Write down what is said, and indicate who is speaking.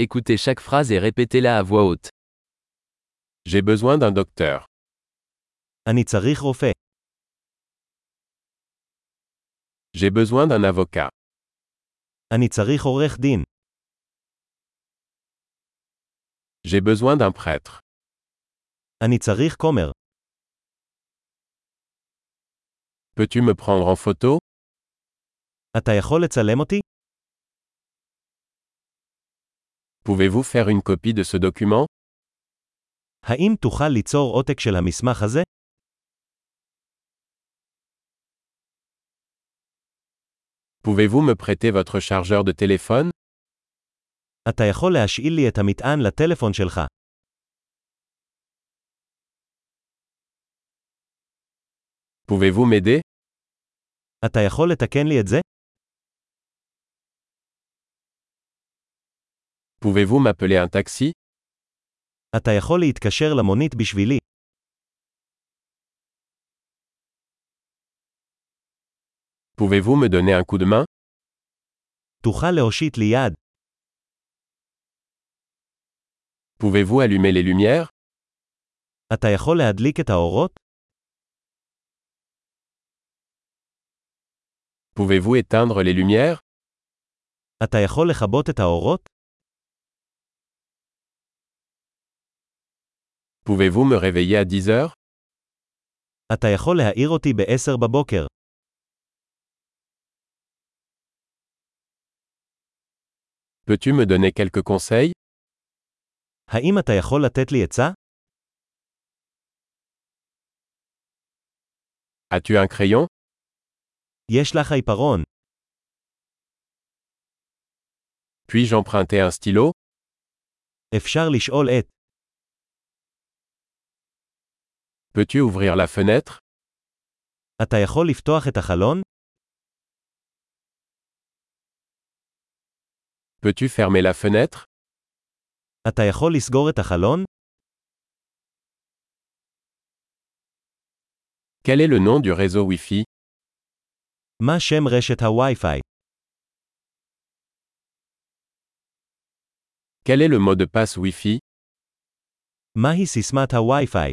Speaker 1: Écoutez chaque phrase et répétez-la à voix haute.
Speaker 2: J'ai besoin d'un docteur.
Speaker 3: אני צריך רופא.
Speaker 2: J'ai besoin d'un avocat.
Speaker 3: אני צריך עורך דין.
Speaker 2: J'ai besoin d'un prêtre.
Speaker 3: אני צריך כומר.
Speaker 2: Peux-tu me prendre en photo
Speaker 3: אתה יכול לצלם אותי?
Speaker 2: Pouvez-vous faire une copie de ce document
Speaker 3: האם תוכל ליצור עותק של המסמך הזה?
Speaker 2: Pouvez-vous me prêter votre chargeur de téléphone
Speaker 3: אתה יכול להשאיל לי את המטען לטלפון שלך.
Speaker 2: Pouvez-vous m'aider
Speaker 3: אתה יכול לתקן לי את זה?
Speaker 2: Pouvez-vous m'appeler un taxi
Speaker 3: אתה יכול להתקשר למונית בשבילי.
Speaker 2: Pouvez-vous me donner un coup de main
Speaker 3: תוכל להושיט לי יד.
Speaker 2: Pouvez-vous allumer les lumières
Speaker 3: אתה יכול להדליק את האורות?
Speaker 2: Pouvez-vous éteindre les lumières
Speaker 3: אתה יכול לכבות את האורות?
Speaker 2: Pouvez-vous me réveiller à 10 heures
Speaker 3: אתה יכול להעיר אותי ב-10 בבוקר.
Speaker 2: Peux-tu me donner quelques conseils
Speaker 3: האם אתה יכול לתת לי עצה?
Speaker 2: As-tu un crayon
Speaker 3: יש לך עיפרון.
Speaker 2: Puis-je emprunter un stylo
Speaker 3: אפשר לשאול את.
Speaker 2: Peux-tu ouvrir la fenêtre
Speaker 3: אתה יכול לפתוח את החלון?
Speaker 2: Peux-tu fermer la fenêtre
Speaker 3: אתה יכול לסגור את החלון?
Speaker 2: Quel est le nom du réseau Wi-Fi
Speaker 3: מה שם רשת הווי-פיי?
Speaker 2: Quel est le mot de passe Wi-Fi
Speaker 3: מהי סיסמת הווי-פיי?